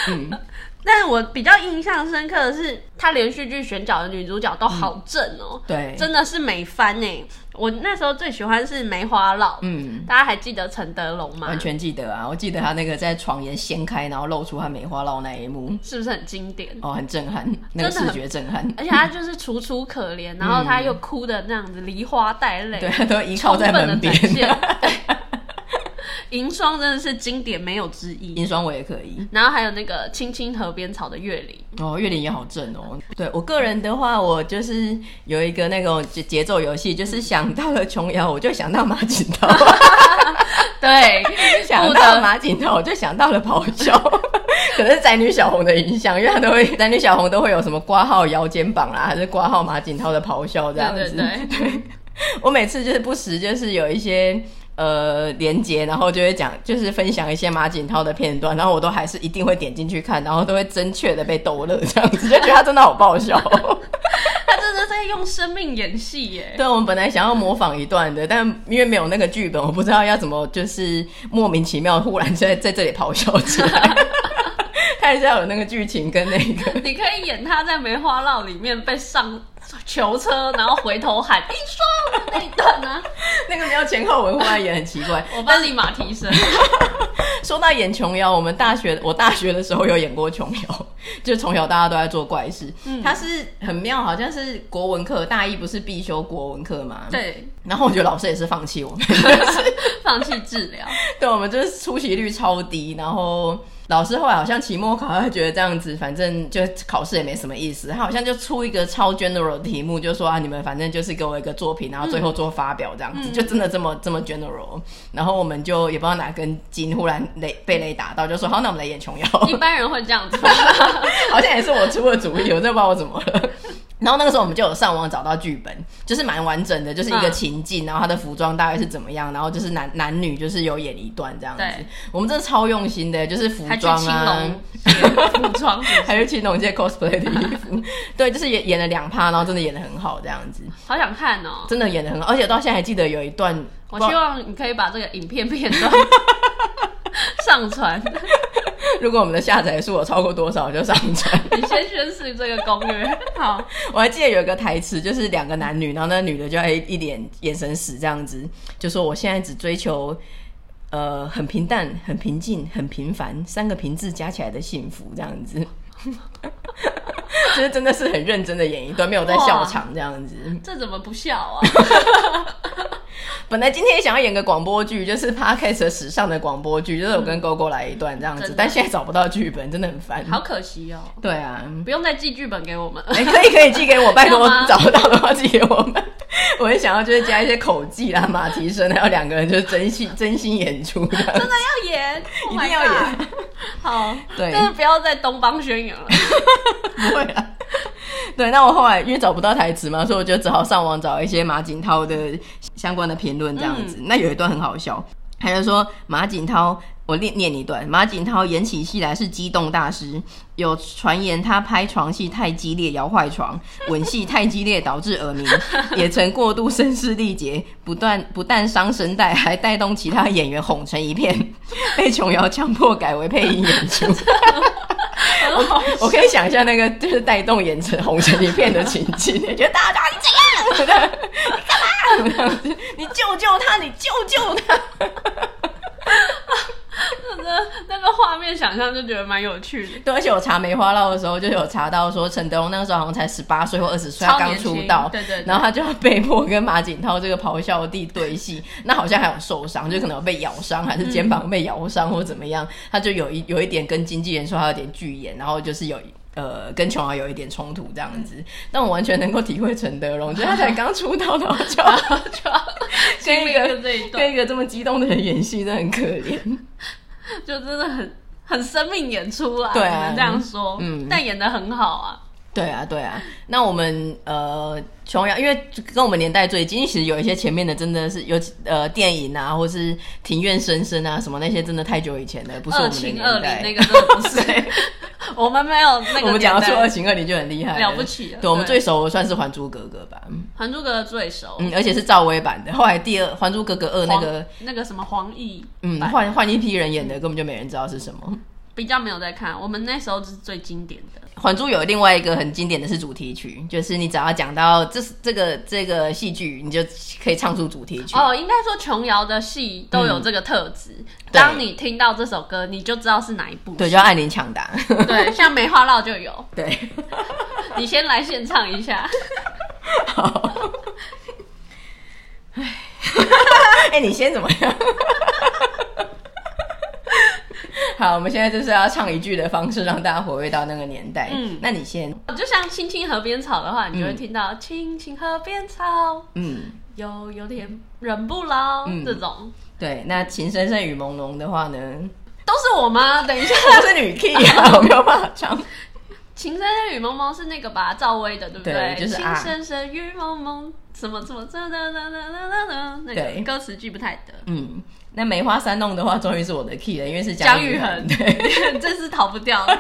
Speaker 1: 嗯，
Speaker 2: 但我比较印象深刻的是，她连续剧选角的女主角都好
Speaker 1: 嗯
Speaker 2: 正哦、
Speaker 1: 对，
Speaker 2: 真的是美翻呢、我那时候最喜欢是梅花烙，
Speaker 1: 嗯，
Speaker 2: 大家还记得陈德容吗
Speaker 1: 完？全记得啊，我记得他那个在床沿掀开，然后露出他梅花烙那一幕，
Speaker 2: 是不是很经典？
Speaker 1: 哦，很震撼，那个
Speaker 2: 真的
Speaker 1: 视
Speaker 2: 很
Speaker 1: 觉震撼，
Speaker 2: 而且她就是楚楚可怜，然后她又哭的那样子梨花带泪，
Speaker 1: 嗯对， 他都依靠在
Speaker 2: 充分地
Speaker 1: 门边
Speaker 2: 展。现。对，银霜真的是经典没有之一。
Speaker 1: 银霜我也可以。
Speaker 2: 然后还有那个青青河边草的月 里，
Speaker 1: 哦，月龄也好正哦。对我个人的话，我就是有一个那种节节奏游戏，就是想到了琼瑶，我就想到马景涛；
Speaker 2: 对，
Speaker 1: 想
Speaker 2: 不
Speaker 1: 到
Speaker 2: 得
Speaker 1: 马景涛，我就想到了咆哮。 可能是宅女小红的影响，因为她都 会宅女小红都会有什么挂号摇肩膀啦，还是挂号马景涛的咆哮这样子。
Speaker 2: 对对
Speaker 1: 对 我每次就是不时就是有一些。呃，连接，然后就会讲，就是分享一些马景涛的片段，然后我都还是一定会点进去看，然后都会真确的被逗乐，这样子就觉得他真的好爆笑。
Speaker 2: 他真的在用生命演戏耶。
Speaker 1: 对，我们本来想要模仿一段的，但因为没有那个剧本，我不知道要怎么，就是莫名其妙忽然在在这里咆哮起来。 看一下有那个剧情跟那个，
Speaker 2: 你可以演他在梅花烙里面被上囚车，然后回头喊一双那一段呢、
Speaker 1: 那个没有前后文，忽然也很奇怪。
Speaker 2: 我帮你马提升。
Speaker 1: 说到演琼瑶，我们大学我大学的时候有演过琼瑶， 就从小大家都在做怪事。它是很妙，好像是国文课大一不是必修国文课嘛？。
Speaker 2: 对，
Speaker 1: 然后我觉得老师也是放弃我们，
Speaker 2: 放弃治疗。
Speaker 1: 对，我们就是出席率超低，然后老师后来好像期末考，他觉得这样子，反正就考试也没什么意思，他好像就出一个超 general 的题目，就说啊，你们反正就是给我一个作品，然后最后做发表这样子，就真的这么这么 general。然后我们就也不知道哪根筋忽然雷被雷打到，就说好，那我们来演琼瑶，
Speaker 2: 一般人会 这样子，
Speaker 1: 好像也是我出的主意，我真的不知道我怎么了。 然后那个时候我们就有上网找到剧本，就是蛮完整的，就是一个
Speaker 2: 嗯
Speaker 1: 情境，然后他的服装大概是怎么样，然后就是男男女就是有演一段这样子
Speaker 2: 对。
Speaker 1: 我们真的超用心的，就是服
Speaker 2: 还去
Speaker 1: 装
Speaker 2: 青
Speaker 1: 啊，
Speaker 2: 龙写服装是不是
Speaker 1: 还有青龙一些 cosplay 的衣服， 对，就是演演了两趴，然后真的演的很好，这样子，
Speaker 2: 好想看哦！
Speaker 1: 真的演的很好，而且到现在还记得有一段，
Speaker 2: 我
Speaker 1: 不知
Speaker 2: 希
Speaker 1: 道
Speaker 2: 望你可以把这个影片片 段上传，
Speaker 1: 如果我们的下载数有超过多少，就上传。
Speaker 2: 你先宣示这个攻略。好，
Speaker 1: 我还记得有一个台词，就是两个男女，然后那女的就哎一一脸眼神死这样子，就说我现在只追求。呃，很平淡，很平静，很平凡，三个平字加起来的幸福，这样子，就是真的是很认真的演一段，没有在笑场这样子。
Speaker 2: 这怎么不笑啊？
Speaker 1: 本来今天也想要演个广播剧，就是 podcast 的史上的广播剧，就是我跟狗狗来一段这样
Speaker 2: 真
Speaker 1: 子
Speaker 2: 的，
Speaker 1: 但现在找不到剧本，真的很烦。
Speaker 2: 好可惜哦，
Speaker 1: 对啊，
Speaker 2: 不用再寄剧本给我们了。
Speaker 1: 哎、可以可以寄给我，拜
Speaker 2: 要
Speaker 1: 托
Speaker 2: 吗
Speaker 1: 找到的话寄给我们。 我也想要就是加一些口技啦、马蹄声，还有两个人就是真心真心演出这样。
Speaker 2: 要 演，
Speaker 1: 一定
Speaker 2: Oh
Speaker 1: 要演。
Speaker 2: 好，
Speaker 1: 对
Speaker 2: 但是不要再东方宣 言了。
Speaker 1: 不会啊啦。对，那我后来因为找不到台词嘛，所以我就只好上网找一些马景涛的相关的评论这样子。那有一段很好笑，他就说马景涛，我念念一段，马景涛演起戏来是激动大师，有传言他拍床戏太激烈摇坏 床，吻戏太激烈导致耳鸣，也曾过度声嘶力竭，不断不但伤声带，还带动其他演员哄成一片，被琼瑶强迫改为配音演出。
Speaker 2: 很好
Speaker 1: 我可以想象那个就是带动眼神红成一片的情景，你觉得大家啊 你怎样？你干嘛？你救救他！你救救他！
Speaker 2: 那那个画面想象就觉得蛮有趣 的。
Speaker 1: 对，而且我查梅花烙的时候，就有查到说陈德容那个时候好像才十八岁或二十岁，
Speaker 2: 超
Speaker 1: 他刚
Speaker 2: 年轻
Speaker 1: 出道，
Speaker 2: 对对对
Speaker 1: 然后他就要被迫跟马景涛这个咆哮帝对戏，那好像还有受伤，就可能有被咬伤，还是肩膀被咬伤或怎么样，他就有一有一点跟经纪人说他有点拒演，然后就是有呃跟琼瑶有一点冲突这样子。
Speaker 2: 嗯
Speaker 1: 但我完全能够体会陈德容，就是他才刚出道，然后 就要就要跟
Speaker 2: 经
Speaker 1: 一
Speaker 2: 历了
Speaker 1: 个
Speaker 2: 这一段，
Speaker 1: 跟一个这么激动的人演戏，真的很可怜。
Speaker 2: 就真的很很生命演出啦，
Speaker 1: 对啊
Speaker 2: 只能这样说，
Speaker 1: 嗯
Speaker 2: 但演的很好啊，
Speaker 1: 对啊，对啊。那我们呃，琼瑶，因为跟我们年代最近，其实有一些前面的真的是有呃电影啊，或是庭院深深啊什么那些，真的太久以前了，不是我
Speaker 2: 二
Speaker 1: 们的年
Speaker 2: 情
Speaker 1: 代。
Speaker 2: 二零那个真的不 是，
Speaker 1: 对，
Speaker 2: 我们没有那个
Speaker 1: 我们讲
Speaker 2: 年
Speaker 1: 到出
Speaker 2: 代
Speaker 1: 二情二零就很厉害
Speaker 2: 了不起了
Speaker 1: 对，我们
Speaker 2: 对
Speaker 1: 最熟的算是《还珠格格》吧，嗯
Speaker 2: 《还珠格格》最熟，
Speaker 1: 嗯，而且是赵薇版的。后来第二《还珠格格二》那
Speaker 2: 黄
Speaker 1: 个，
Speaker 2: 那个什么黄奕，
Speaker 1: 嗯，换换一批人演的，根本就没人知道是什么。
Speaker 2: 比较没有在看，我们那时候是最经典的。
Speaker 1: 《还珠》有另外一个很经典的是主题曲，就是你只要讲到这是这个这个戏剧，你就可以唱出主题曲。
Speaker 2: 哦，应该说琼瑶的戏都有这个特质、
Speaker 1: 嗯对
Speaker 2: 当你听到这首歌，你就知道是哪一部。
Speaker 1: 对，就要按铃抢答。
Speaker 2: 对，像《梅花烙》就有，
Speaker 1: 对，
Speaker 2: 你先来现唱一下。
Speaker 1: 好。 哎、你先怎么样？ 好，我们现在就是要唱一句的方式，让大家回味到那个年代。
Speaker 2: 嗯
Speaker 1: 嗯，那你先，
Speaker 2: 就像《青青河边草》的话，你就会
Speaker 1: 嗯
Speaker 2: 听到“青青河边草，
Speaker 1: 嗯，
Speaker 2: 悠悠天人不老”
Speaker 1: 嗯
Speaker 2: 这种，
Speaker 1: 对，那《情深深雨朦胧》的话 呢，
Speaker 2: 都是我吗？等一下，
Speaker 1: 我是女 key 啊， 我没有办法唱。
Speaker 2: 情深深雨蒙蒙是那个吧，赵薇的，对不
Speaker 1: 对就是
Speaker 2: 情
Speaker 1: 啊
Speaker 2: 深深雨蒙蒙，什么什么，哒哒哒哒哒哒哒，那个
Speaker 1: 对
Speaker 2: 歌词记不太得，
Speaker 1: 嗯，那《梅花三弄》的话，终于是我的 key 了，因为是
Speaker 2: 姜育
Speaker 1: 育
Speaker 2: 恒
Speaker 1: 恒。 对
Speaker 2: 这是逃不掉 的。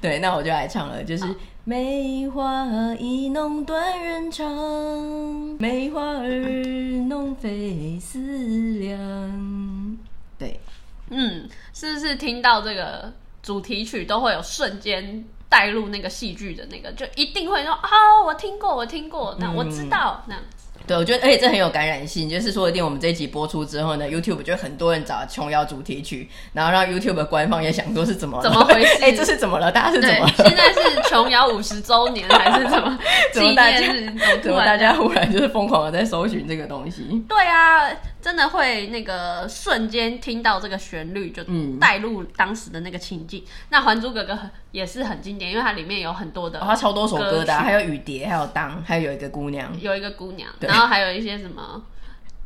Speaker 1: 对，那我就来唱了，就是。梅花易弄断人肠，梅花儿弄飞思量。对，
Speaker 2: 嗯，是不是听到这个主题曲都会有瞬间带入那个戏剧的那个，就一定会说啊、我听过，我听过，
Speaker 1: 嗯
Speaker 2: 那我知道，那样子。
Speaker 1: 对，我觉得，而且这很有感染性，就是说，一定我们这一集播出之后呢，YouTube 就很多人找琼瑶主题曲，然后让 YouTube 的官方也想说是怎么了
Speaker 2: 怎么回 事
Speaker 1: 哎、这是怎么了？大家是怎
Speaker 2: 对
Speaker 1: 么，了？
Speaker 2: 现在是琼瑶五十周年还是什么 纪
Speaker 1: 怎么大家
Speaker 2: 念日？怎么突
Speaker 1: 怎么
Speaker 2: 然
Speaker 1: 大家忽然就是疯狂的在搜寻这个东西？
Speaker 2: 对啊，真的会那个瞬间听到这个旋律，就
Speaker 1: 嗯
Speaker 2: 带入当时的那个情境。那《还珠格格》也是很经典，因为它里面有很多的
Speaker 1: 哦，他超多首歌的啊、
Speaker 2: 歌
Speaker 1: 还
Speaker 2: 曲
Speaker 1: 有雨蝶，还有当，还有一个姑娘。
Speaker 2: 有一个姑娘，
Speaker 1: 对
Speaker 2: 然后还有一些什么。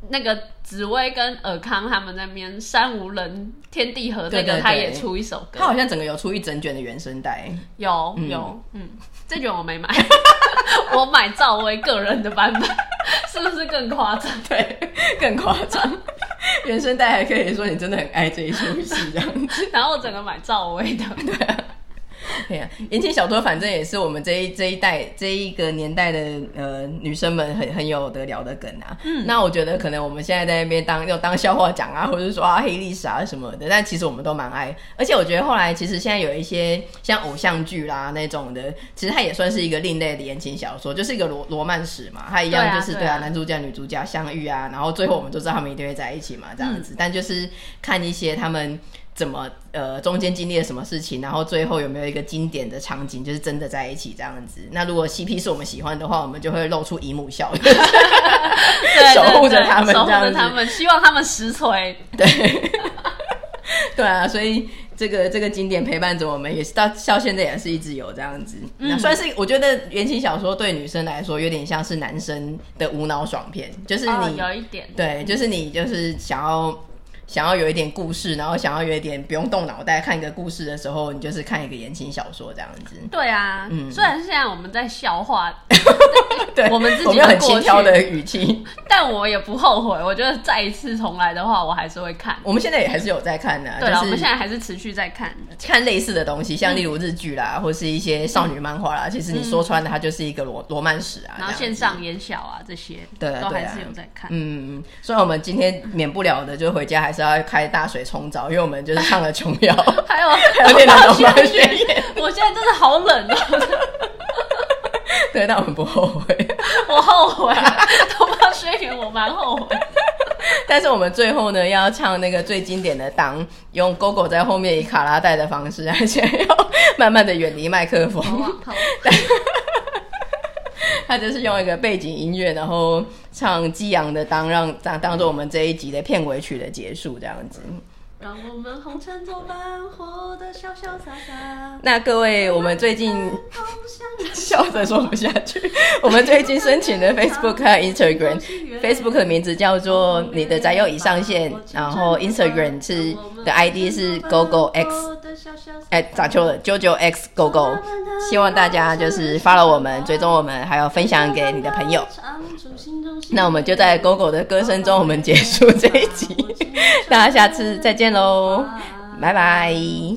Speaker 2: 那个紫薇跟尔康他们那边山无人天地合，这
Speaker 1: 对
Speaker 2: 个
Speaker 1: 对
Speaker 2: 他
Speaker 1: 对
Speaker 2: 也出一首歌，
Speaker 1: 他好像整个有出一整卷的原声带，
Speaker 2: 有
Speaker 1: 嗯
Speaker 2: 有嗯，这卷我没买， 我买赵薇个人的版本，是不是更夸张？
Speaker 1: 对，更夸张。 原声带还可以说你真的很爱这一出戏这样子。
Speaker 2: 然后我整个买赵薇的，
Speaker 1: 对啊，言情小说反正也是我们这一这一代这一个年代的呃女生们很很有得聊的梗啊。嗯，那我觉得可能我们现在在那边当又当笑话讲啊，或者是说啊黑历史啊什么的，但其实我们都蛮爱。而且我觉得后来其实现在有一些像偶像剧啦那种的，其实它也算是一个另类的言情小说，就是一个罗罗曼史嘛，它一
Speaker 2: 对
Speaker 1: 样
Speaker 2: 啊
Speaker 1: 就是
Speaker 2: 对
Speaker 1: 对
Speaker 2: 啊
Speaker 1: 啊，男主角女主角相遇啊，然后最后我们都知道他们一定会在一起嘛，这样子。但就是看一些他们怎么呃中间经历了什么事情，然后最后有没有一个经典的场景，就是真的在一起这样子。那如果 CP 是我们喜欢的话，我们就会露出姨母笑，
Speaker 2: 对
Speaker 1: 守护着
Speaker 2: 对对
Speaker 1: 他们
Speaker 2: 守护
Speaker 1: 这样
Speaker 2: 着
Speaker 1: 子
Speaker 2: 他们，希望他们实锤。
Speaker 1: 对。对啊，所以这个这个经典陪伴着我们，也是到到现在也是一直有这样子。那算是我觉得言情小说对女生来说有点像是男生的无脑爽片，就是你、
Speaker 2: 哦，有一点，
Speaker 1: 对，就是你就是想要想要有一点故事，然后想要有一点不用动脑袋看一个故事的时候，你就是看一个言情小说这样子。
Speaker 2: 对啊，
Speaker 1: 嗯
Speaker 2: 虽然现在我们在笑话
Speaker 1: 对，
Speaker 2: 我们自己
Speaker 1: 我们有很
Speaker 2: 的过
Speaker 1: 轻佻
Speaker 2: 去
Speaker 1: 的语气，
Speaker 2: 但我也不后悔，我觉得再一次重来的话，我还是会看。
Speaker 1: 我们现在也还是有在看的、
Speaker 2: 对了，
Speaker 1: 啊
Speaker 2: 啊
Speaker 1: 就
Speaker 2: 我们
Speaker 1: 是
Speaker 2: 现在还是持续在嗯看的。
Speaker 1: 看类似的东西，像例如日剧啦，或是一些少女漫画啦。其实你说穿了，它就是一个罗罗曼史啊。
Speaker 2: 嗯然
Speaker 1: 这
Speaker 2: 后
Speaker 1: 样
Speaker 2: 线
Speaker 1: 子
Speaker 2: 上演小啊这些，
Speaker 1: 对啊
Speaker 2: 都
Speaker 1: 对
Speaker 2: 还
Speaker 1: 啊
Speaker 2: 是有在看。
Speaker 1: 嗯，虽然我们今天免不了的，就回家还是要开大水冲澡，因为我们就是唱了琼 瑶，
Speaker 2: 还有
Speaker 1: 还有电脑
Speaker 2: 我
Speaker 1: 动漫
Speaker 2: 现
Speaker 1: 学
Speaker 2: 在
Speaker 1: 院。
Speaker 2: 我现在真的好冷哦，
Speaker 1: 对，但我们不后悔。
Speaker 2: 我后悔，啊头发宣言我蛮后悔。
Speaker 1: 但是我们最后呢，要唱那个最经典的《当》，用狗狗在后面以卡拉带的方式，而且要慢慢的远离麦克
Speaker 2: 哦
Speaker 1: 风。他就是用一个背景音乐，然后唱激昂的《当》，让当当做我们这一集的片尾曲的结束，这样子。
Speaker 2: 让我们红尘作伴，活得潇潇洒洒。
Speaker 1: 那各位，我们最近
Speaker 2: 梦想的
Speaker 1: 笑着说不下去， 我们最近申请了 Facebook 和 Instagram。Facebook 的名字叫做“你的宅友已上线”，然后 Instagram 是的 ID 是 GoGo X，哎，咋秋了？九九 X GoGo。希望大家就是 follow 我们，追踪我们，还有分享给你的朋友。。那我们就在 GoGo 的歌声中，我 们结束这一集，大家下次再见喽，拜拜。